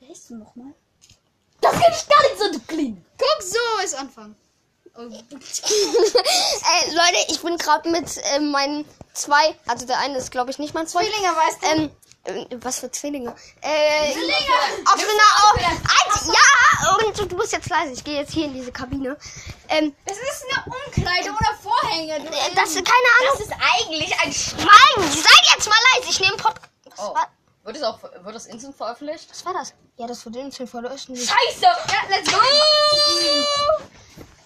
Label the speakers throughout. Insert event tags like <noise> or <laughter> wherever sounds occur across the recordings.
Speaker 1: sprichst du nochmal? Das kann ich gar nicht so klingen.
Speaker 2: Guck, so ist Anfang. Oh,
Speaker 3: Ey, Äh, Leute, ich bin gerade mit äh, meinen zwei, also der eine ist glaube ich nicht mein Zwilling.
Speaker 2: Zwillinge, weißt du?
Speaker 3: Ähm, äh, was für Zwillinge? Äh,
Speaker 2: Zwillinge!
Speaker 3: auf so einer auf, eins, ja, und du- du musst jetzt leise, ich gehe jetzt hier in diese Kabine. Ähm,
Speaker 2: Es ist eine Umkleide ohne Vorhänge. Du
Speaker 3: äh, das, keine Ahnung.
Speaker 4: ist eigentlich ein Sch
Speaker 3: Nein, seid jetzt mal leise, ich nehme Podcast. Was,
Speaker 4: Oh.
Speaker 3: war,
Speaker 4: Wird es auch wird das instant veröffentlicht?
Speaker 3: was war das? Ja, das wurde uns verlöschen.
Speaker 4: Scheiße!
Speaker 2: Ja, let's go.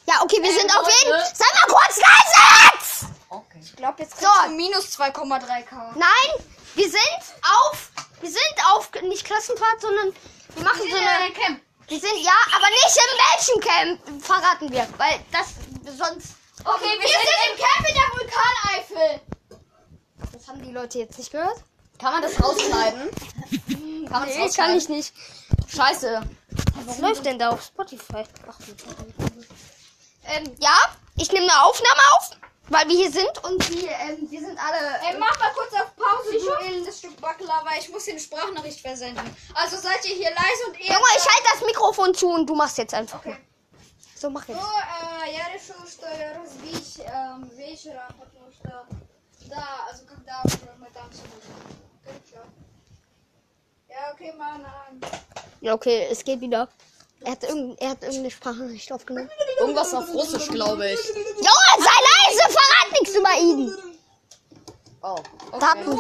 Speaker 3: Ja, okay, wir
Speaker 2: Ähm,
Speaker 3: sind auf jeden
Speaker 2: Leute.
Speaker 3: Sei mal kurz leise jetzt!
Speaker 4: Okay.
Speaker 2: Ich glaube, jetzt
Speaker 3: So.
Speaker 2: kriegst du minus 2,3k.
Speaker 3: Nein, wir sind auf, wir sind auf, nicht Klassenfahrt, sondern wir machen so eine,
Speaker 2: Camp.
Speaker 3: wir sind, ja, aber nicht in welchem Camp, verraten wir, weil das sonst,
Speaker 2: Okay, wir, sind im Camp in der Vulkaneifel.
Speaker 3: das haben die Leute jetzt nicht gehört. Hm,
Speaker 4: Kann man das rausschneiden? Kann man das
Speaker 3: Nee, kann
Speaker 4: rausschneiden?
Speaker 3: ich nicht.
Speaker 4: Scheiße.
Speaker 3: Was läuft denn da auf Spotify? Ach, ähm, ja, ich nehme eine Aufnahme auf, weil wir hier sind und die, ähm, wir sind alle,
Speaker 2: Ey, mach mal kurz auf Pause, du elendes Stück Backlava. Ich muss hier eine Sprachnachricht versenden. Also seid ihr hier leise und eher...
Speaker 3: Junge, ich halte das Mikrofon zu und du machst jetzt einfach
Speaker 2: Okay.
Speaker 3: mal. So, mach
Speaker 2: Ну,
Speaker 3: jetzt.
Speaker 2: э, я решила, что я разбить эм, вечером, потому что, да, also, когда уже мы там все будем. Хорошо. Ja, okay, Mann. ähm,
Speaker 3: Ja, okay, es geht wieder. Er hat, irgend, er hat irgendeine Sprachnachricht aufgenommen.
Speaker 4: Irgendwas auf Russisch, glaube ich.
Speaker 3: Junge, sei leise, verrat nichts über ihn.
Speaker 4: Oh.
Speaker 3: Daten.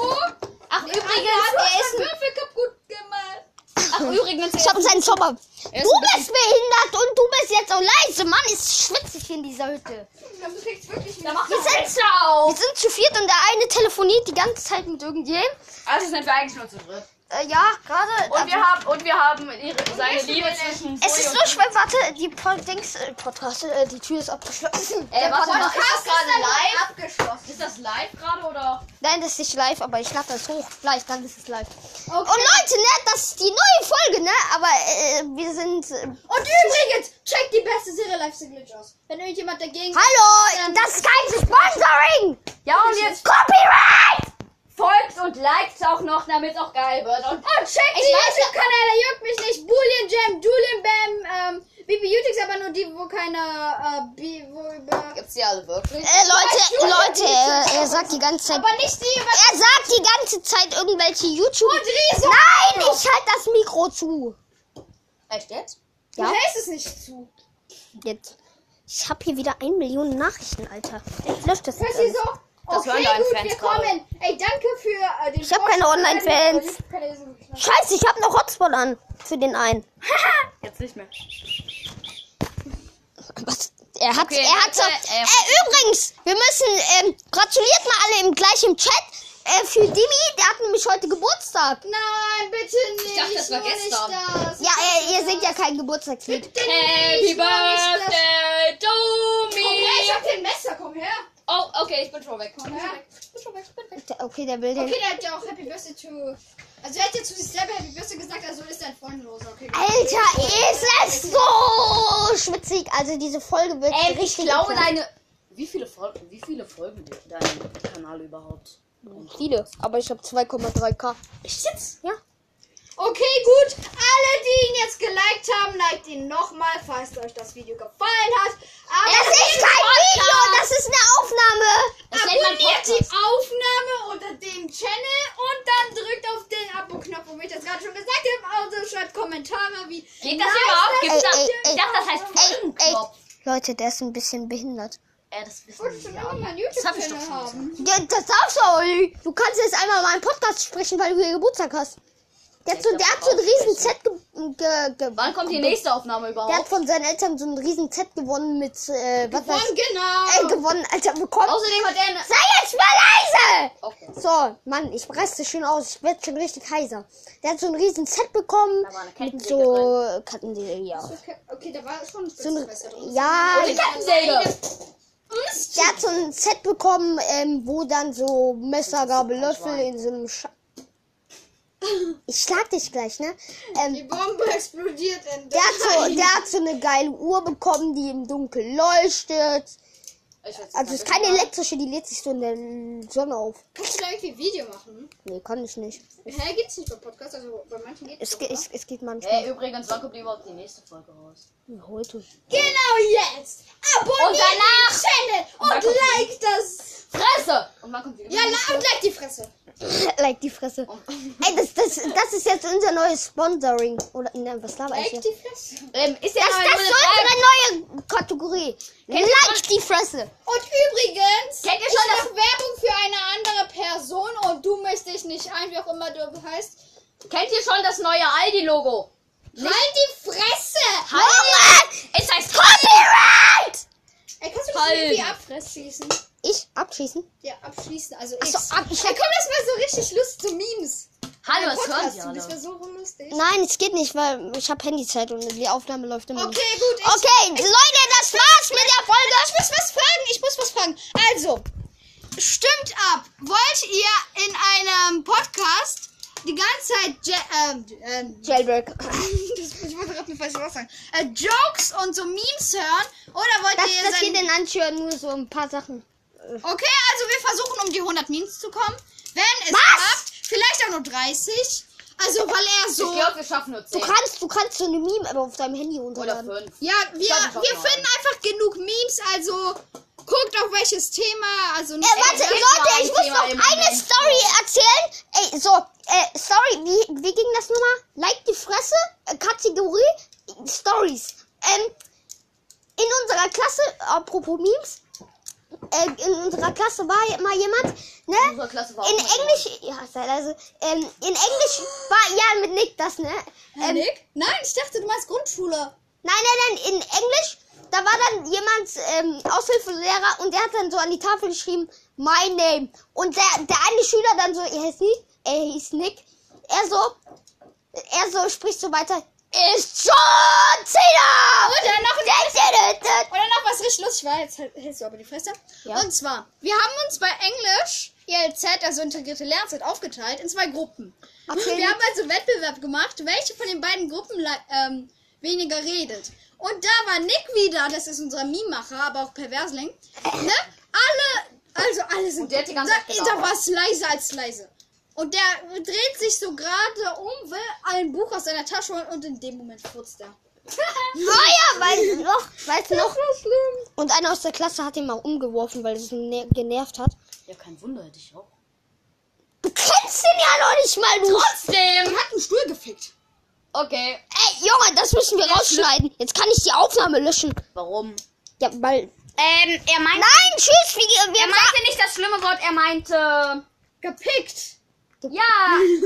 Speaker 4: Ach
Speaker 2: hat
Speaker 4: übrigens,
Speaker 2: er ist Würfel kaputt gemacht.
Speaker 4: ach übrigens,
Speaker 3: Ich hab seinen Zauber.
Speaker 4: Er
Speaker 3: Du
Speaker 4: ist ein
Speaker 3: bist behindert und du bist jetzt auch leise. Mann, ist schwitzig hier in dieser Hütte.
Speaker 2: Ich glaub, du kriegst wirklich nicht.
Speaker 3: Wir sind, wir sind zu viert und der eine telefoniert die ganze Zeit mit irgendjemandem.
Speaker 5: Also sind wir eigentlich nur zu dritt.
Speaker 3: Äh, ja, gerade.
Speaker 5: Und
Speaker 3: also-
Speaker 5: wir haben und wir haben ihre, seine Liebe zwischen
Speaker 3: Es ist so schwer. Warte, die Pod- Dings, äh, Podcast, äh, die Tür ist abgeschlossen.
Speaker 4: Ey, warte mal, ist das gerade live?
Speaker 2: abgeschlossen.
Speaker 5: Ist das live gerade oder?
Speaker 3: Nein, das ist nicht live, aber ich lade das hoch. Gleich, dann ist es live. Und Leute, ne, das ist die neue Folge, ne? Aber äh, wir sind. Äh,
Speaker 2: Und übrigens, check die beste Serie Life Signature aus. Wenn irgendjemand dagegen.
Speaker 3: hallo, das ist kein Sponsoring!
Speaker 5: Ja, und jetzt
Speaker 3: Copyright!
Speaker 5: folgt und liked auch noch, damit es auch geil wird. Und
Speaker 2: Und check die YouTube-Kanäle, juckt mich nicht. Boolean Jam, Julian Bam, ähm, BBUtix, aber nur die, wo keine. Äh, B, wo über.
Speaker 4: gibt's die alle wirklich?
Speaker 3: Äh, Leute, Leute, äh, er sagt die ganze Zeit.
Speaker 2: Aber nicht die über.
Speaker 3: Er sagt die ganze Zeit irgendwelche YouTube. Nein, ich halte das Mikro zu.
Speaker 4: Echt jetzt?
Speaker 3: Ja.
Speaker 2: Du hältst es nicht zu.
Speaker 3: Jetzt. Ich habe hier wieder 1 Million Nachrichten, Alter. Ich lösche Ähm, das
Speaker 2: Hörst
Speaker 3: jetzt.
Speaker 2: du
Speaker 3: alles.
Speaker 2: so?
Speaker 5: Das
Speaker 2: okay,
Speaker 5: hören deine
Speaker 2: gut,
Speaker 5: Fans
Speaker 2: wir
Speaker 5: gerade.
Speaker 2: kommen. Ey, danke für äh, den
Speaker 3: Ich hab keine Online-Fans.
Speaker 2: Fans.
Speaker 3: Scheiße, ich habe noch Hotspot an. Für den <laughs> einen.
Speaker 5: jetzt nicht mehr.
Speaker 3: Was? Er hat,
Speaker 5: Okay,
Speaker 3: er hat so.
Speaker 5: Leute,
Speaker 3: Äh,
Speaker 5: äh,
Speaker 3: übrigens, wir müssen, ähm, gratuliert mal alle im gleichen Chat. Äh, für Dimi, der hat nämlich heute Geburtstag.
Speaker 2: Nein, bitte nicht. Ich
Speaker 4: dachte, das war gestern.
Speaker 2: Nicht das.
Speaker 3: Ja, äh, ihr singt ja kein Geburtstagslied.
Speaker 5: Happy
Speaker 2: Ich will nicht,
Speaker 5: Birthday to
Speaker 2: Komm her, ich hab
Speaker 5: me.
Speaker 2: den Messer, komm her.
Speaker 5: Oh, okay, ich bin schon weg.
Speaker 2: Komm her. Ich bin schon weg, ich bin weg.
Speaker 3: Der- Okay, der will den.
Speaker 2: Okay, der hat ja auch Happy Birthday to. Also, er hat ja zu sich selber Happy Birthday gesagt, also ist ein Freundloser. Okay, gut.
Speaker 3: Alter, ist es so schwitzig. Also diese Folge wird
Speaker 4: Ey, ich
Speaker 3: richtig
Speaker 4: glaube
Speaker 3: interessant.
Speaker 4: deine. Wie viele Folgen, wie viele Folgen dir- dein Kanal überhaupt?
Speaker 3: Viele, aber ich habe 2,3k.
Speaker 4: Echt jetzt?
Speaker 3: Ja.
Speaker 2: Okay, gut. Alle, die ihn jetzt geliked haben, liked ihn nochmal, falls euch das Video gefallen hat. Aber
Speaker 3: Das ist kein Video, das ist eine Aufnahme.
Speaker 4: Das nennt man
Speaker 2: abonniert die
Speaker 4: Podcast.
Speaker 2: Aufnahme unter dem Channel und dann drückt auf den Abo-Knopf, womit ich das gerade schon gesagt habe. Also schreibt Kommentare wie.
Speaker 5: Geht das überhaupt?
Speaker 3: Ey,
Speaker 5: Gibt's das?
Speaker 3: ey, ey.
Speaker 5: Ich dachte, das heißt
Speaker 3: Ey, ey,
Speaker 5: Folgenknopf.
Speaker 3: Leute, der ist ein bisschen behindert.
Speaker 4: Äh, das
Speaker 2: Wolltest
Speaker 4: wissen
Speaker 2: du
Speaker 4: wir
Speaker 2: noch
Speaker 4: alle.
Speaker 2: mal einen
Speaker 4: Das hab ich doch
Speaker 2: YouTube-Channel
Speaker 4: schon gesagt.
Speaker 2: haben?
Speaker 3: Ja, das darfst du auch. Du kannst jetzt einmal meinen Podcast sprechen, weil du hier Geburtstag hast. Der hat so, der hat so ein riesen Z ge ge ge
Speaker 4: Wann kommt die nächste Aufnahme
Speaker 3: Der hat
Speaker 4: überhaupt?
Speaker 3: von seinen Eltern so ein riesen Z gewonnen mit, äh, was weiß
Speaker 2: Mann, genau.
Speaker 3: Ey, gewonnen, Alter, bekommen.
Speaker 4: Außerdem hat er eine.
Speaker 3: Sei jetzt mal leise!
Speaker 4: Okay.
Speaker 3: So, Mann, ich reiße schön aus. Ich werde schon richtig heiser. Der hat so ein riesen Set bekommen.
Speaker 4: Da war eine
Speaker 3: Mit
Speaker 4: Kettensäge
Speaker 3: so Kettensäge, ja.
Speaker 2: Okay, okay, da war schon ein
Speaker 3: So ein,
Speaker 2: Spitzenmesser drin.
Speaker 3: ja,
Speaker 4: Die Kettensäge!
Speaker 3: der hat so ein Set bekommen, ähm, wo dann so Messer, Gabel, Löffel in so einem Sch Ich schlag dich gleich, ne?
Speaker 2: Die
Speaker 3: Ähm,
Speaker 2: Bombe explodiert in
Speaker 3: der, hat so, der hat so eine geile Uhr bekommen, die im Dunkeln leuchtet.
Speaker 4: Ich weiß,
Speaker 3: Also es ist keine elektrische, die lädt sich so in der Sonne auf.
Speaker 2: Kannst du da irgendwie ein Video machen?
Speaker 3: Nee, kann ich nicht.
Speaker 2: Hä, gibt's nicht bei Podcasts, also bei manchen geht's
Speaker 3: Es,
Speaker 2: doch,
Speaker 3: ge-
Speaker 2: oder?
Speaker 3: es, es geht manchmal. Hm,
Speaker 4: Hey, übrigens, wann kommt überhaupt die nächste Folge raus?
Speaker 3: <laughs> Heute.
Speaker 2: Genau jetzt! Abonniert
Speaker 5: Und danach-
Speaker 2: den Channel und
Speaker 4: danach-
Speaker 2: like das!
Speaker 5: Fresse!
Speaker 4: Und wann kommt die
Speaker 2: Ja, la- und like die Fresse!
Speaker 3: like die Fresse. Ey, das, das, das ist jetzt unser neues Sponsoring. Oder, ne, was laber
Speaker 2: Like
Speaker 3: ich hier?
Speaker 2: die Fresse!
Speaker 5: Ähm, ist ja
Speaker 3: Das,
Speaker 5: mal
Speaker 3: das
Speaker 5: nur
Speaker 3: ist
Speaker 5: eine Frage.
Speaker 3: unsere neue Kategorie. Like die Fresse.
Speaker 2: Und übrigens,
Speaker 5: Kennt ihr
Speaker 2: ich
Speaker 5: schon
Speaker 2: mache Werbung für eine andere Person und du möchtest dich nicht ein, wie auch immer du heißt.
Speaker 5: Kennt ihr schon das neue Aldi-Logo?
Speaker 2: Halt die Fresse!
Speaker 3: Junge!
Speaker 5: Es heißt
Speaker 3: Copyright!
Speaker 2: Ey, kannst du
Speaker 5: Halt.
Speaker 2: das irgendwie abfressen?
Speaker 3: Ich abschießen?
Speaker 2: Ja, abschließen. Also ich.
Speaker 3: Achso, ab, ich
Speaker 2: Ey, komm, das war so richtig Lust zu Memes.
Speaker 5: Hallo, es hören
Speaker 2: Podcast,
Speaker 5: sie
Speaker 2: du, das war
Speaker 5: alle.
Speaker 2: so lustig.
Speaker 3: Nein, es geht nicht, weil ich habe Handyzeit und die Aufnahme läuft immer. nicht.
Speaker 2: Okay, gut. Ich,
Speaker 3: Okay, Leute, das war's mit der Folge.
Speaker 2: Ich muss was fragen. Ich muss was fragen. Also, stimmt ab. Wollt ihr in einem Podcast die ganze Zeit. Je ähm, ähm, <laughs>
Speaker 3: Jailbreak.
Speaker 2: das, ich wollte gerade ein falsches Wort sagen. Äh, Jokes und so Memes hören? Oder wollt
Speaker 3: Das,
Speaker 2: ihr.
Speaker 3: das
Speaker 2: sein-
Speaker 3: geht in Anschau nur so ein paar Sachen.
Speaker 2: okay, also wir versuchen, um die 100 Memes zu kommen. Wenn es
Speaker 3: Was?
Speaker 2: klappt, vielleicht auch nur 30. Also, weil er
Speaker 4: Ich
Speaker 2: so.
Speaker 4: glaube, wir schaffen nur
Speaker 3: Du
Speaker 4: 10
Speaker 3: kannst, du kannst so eine Meme aber auf deinem Handy
Speaker 4: oder
Speaker 3: runterladen.
Speaker 4: 5.
Speaker 2: Ja, wir,
Speaker 4: glaub, ich hab
Speaker 2: wir
Speaker 4: noch
Speaker 2: finden einfach genug Memes, also guckt auf welches Thema, also nicht.
Speaker 3: Äh, warte,
Speaker 5: Ey,
Speaker 3: Leute,
Speaker 5: das
Speaker 3: ich muss
Speaker 5: war ein
Speaker 3: noch
Speaker 5: Thema im
Speaker 3: eine
Speaker 5: Moment.
Speaker 3: Story erzählen. Ey, so, äh, Story, wie, wie ging das nochmal? Like die Fresse, äh, Kategorie, äh, Stories. Ähm, in unserer Klasse, apropos Memes, äh, in unserer Klasse war mal jemand, ne?
Speaker 4: Unsere Klasse war auch
Speaker 3: In
Speaker 4: mal-
Speaker 3: Englisch, ja, sei leise, ähm, in Englisch war, ja, mit Nick das, ne? Ähm,
Speaker 2: Nick? Nein, ich dachte, du meinst Grundschule.
Speaker 3: Nein, nein, nein, in Englisch, da war dann jemand ähm, Aushilfelehrer und der hat dann so an die Tafel geschrieben, my name. Und der, der eine Schüler dann so, er hieß Nick, er hieß Nick, er so, er so spricht so weiter, ist John Cena!
Speaker 2: Oder noch ein
Speaker 3: noch
Speaker 2: Oder noch was richtig lustig war, jetzt hält- hältst du aber die Fresse.
Speaker 3: Ja.
Speaker 2: Und zwar, wir haben uns bei Englisch, ILZ, also integrierte Lernzeit, aufgeteilt in zwei Gruppen.
Speaker 3: Okay.
Speaker 2: Wir haben also Wettbewerb gemacht, welche von den beiden Gruppen le- ähm, weniger redet. Und da war Nick wieder, das ist unser Meme-Macher, aber auch Perversling. Ne? Alle, also alle sind.
Speaker 4: Und der hat die ganze Zeit
Speaker 2: da, da
Speaker 4: gelabert.
Speaker 2: war es leiser als leise. Und der dreht sich so gerade um, will ein Buch aus seiner Tasche holen und in dem Moment furzt er.
Speaker 3: Naja, weißt du Ah noch, weißt du noch? Und einer aus der Klasse hat ihn mal umgeworfen, weil es ihn ne- genervt hat.
Speaker 4: Ja, kein Wunder, hätte ich auch.
Speaker 3: Du kennst den ja noch nicht mal, du!
Speaker 5: Trotzdem!
Speaker 2: Er hat einen Stuhl gefickt.
Speaker 5: Okay.
Speaker 3: Ey, Junge, das müssen wir rausschneiden. Jetzt kann ich die Aufnahme löschen.
Speaker 4: Warum?
Speaker 3: Ja, weil...
Speaker 5: Ähm, er meinte.
Speaker 3: Nein, tschüss, wir, wir
Speaker 5: Er meinte nicht das schlimme Wort, er meinte.
Speaker 2: Gepickt.
Speaker 5: Ja,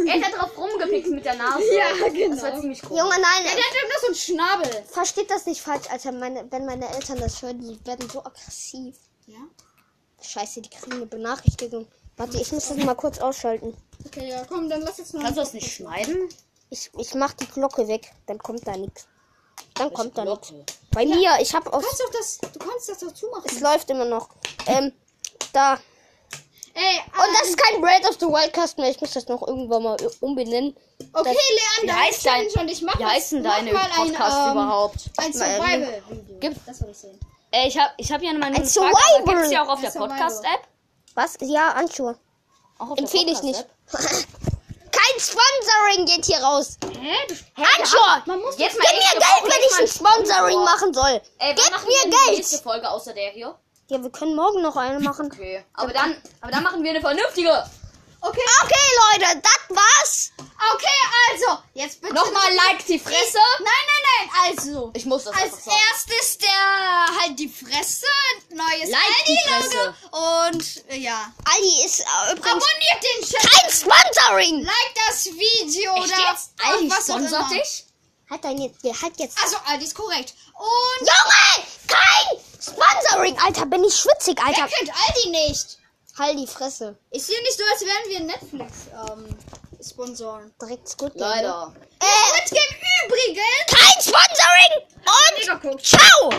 Speaker 5: er hat da drauf rumgepickt mit der Nase.
Speaker 2: Ja, genau.
Speaker 4: Das war ziemlich cool.
Speaker 3: Junge, nein,
Speaker 2: Der hat nur so einen Schnabel.
Speaker 3: versteht das nicht falsch, Alter. Meine, wenn meine Eltern das hören, die werden so aggressiv.
Speaker 2: Ja?
Speaker 3: Scheiße, die kriegen eine Benachrichtigung. Warte, ich muss das mal kurz ausschalten.
Speaker 2: Okay, ja, komm, dann lass jetzt mal.
Speaker 4: Kannst du das nicht schneiden?
Speaker 3: Ich, ich mach die Glocke weg, dann kommt da nichts. Dann kommt da nichts.
Speaker 4: Glocke.
Speaker 3: Bei mir, ich hab auch.
Speaker 2: Du kannst doch das, du kannst das doch zumachen.
Speaker 3: Es läuft immer noch. Ähm, da.
Speaker 2: Ey,
Speaker 3: Und das ist kein Bread of the Wildcast mehr. Ich muss das noch irgendwann mal umbenennen.
Speaker 2: okay,
Speaker 4: Wie
Speaker 2: Leander, ich
Speaker 4: heißt
Speaker 2: challenge
Speaker 4: dein-
Speaker 2: und ich mach
Speaker 4: Wie
Speaker 2: was-
Speaker 4: heißen
Speaker 2: mach
Speaker 4: deine
Speaker 2: mal ein,
Speaker 4: Podcasts
Speaker 2: ähm,
Speaker 4: überhaupt? ähm,
Speaker 2: Ein Survival-Video.
Speaker 4: Gib-
Speaker 2: Das will ich sehen.
Speaker 5: Äh, ich hab, ich hab ja noch mal nur
Speaker 3: Ein
Speaker 5: eine Frage, aber
Speaker 3: Survival.
Speaker 5: gibt's ja auch auf der
Speaker 2: Survival.
Speaker 5: Podcast-App?
Speaker 3: Was? Ja, Anschuhe.
Speaker 4: Auch auf der
Speaker 3: Empfehle ich nicht.
Speaker 4: Podcast-App?
Speaker 3: <laughs> Kein Sponsoring geht hier raus.
Speaker 5: Hä? Du
Speaker 3: Anschuhe!
Speaker 2: Man muss
Speaker 5: Jetzt mal
Speaker 3: Gib mir
Speaker 5: ehrlich, wir
Speaker 3: Geld, wenn
Speaker 5: brauchen jetzt
Speaker 3: ich
Speaker 5: mal
Speaker 3: ein Sponsoring machen soll.
Speaker 5: Ey, wann
Speaker 3: Gib
Speaker 5: machen wir
Speaker 3: mir
Speaker 5: denn die
Speaker 3: Geld.
Speaker 5: nächste Folge außer der hier?
Speaker 3: Ja, wir können morgen noch eine machen. Okay,
Speaker 4: Okay.
Speaker 5: Aber dann, aber dann machen wir eine vernünftige.
Speaker 2: Okay,
Speaker 3: Leute, das war's.
Speaker 2: okay, also, jetzt bitte.
Speaker 5: Nochmal like die Fresse.
Speaker 2: Nein, nein, nein, also.
Speaker 4: Ich muss das einfach
Speaker 2: Als
Speaker 4: sagen.
Speaker 2: erstes der halt die Fresse, neues
Speaker 4: Like die Fresse.
Speaker 2: Aldi-Logo und äh, ja.
Speaker 3: Ali ist äh, übrigens
Speaker 2: Abonniert den Channel,
Speaker 3: kein Sponsoring.
Speaker 2: like das Video
Speaker 5: Echt
Speaker 2: oder
Speaker 5: jetzt? Aldi
Speaker 2: was auch
Speaker 5: sponsert
Speaker 2: immer.
Speaker 5: dich?
Speaker 3: Halt dein jetzt, ja, halt jetzt.
Speaker 2: Also, Aldi ist korrekt. Und
Speaker 3: Junge, kein Sponsoring. Alter, bin ich schwitzig,
Speaker 2: wer
Speaker 3: Alter.
Speaker 2: kennt Aldi nicht?
Speaker 3: Halt die Fresse.
Speaker 2: Ich sehe nicht so, als wären wir Netflix ähm, sponsoren.
Speaker 3: Direkt gut.
Speaker 4: Leider.
Speaker 3: Äh,
Speaker 2: Und im Übrigen
Speaker 3: kein Sponsoring und ciao.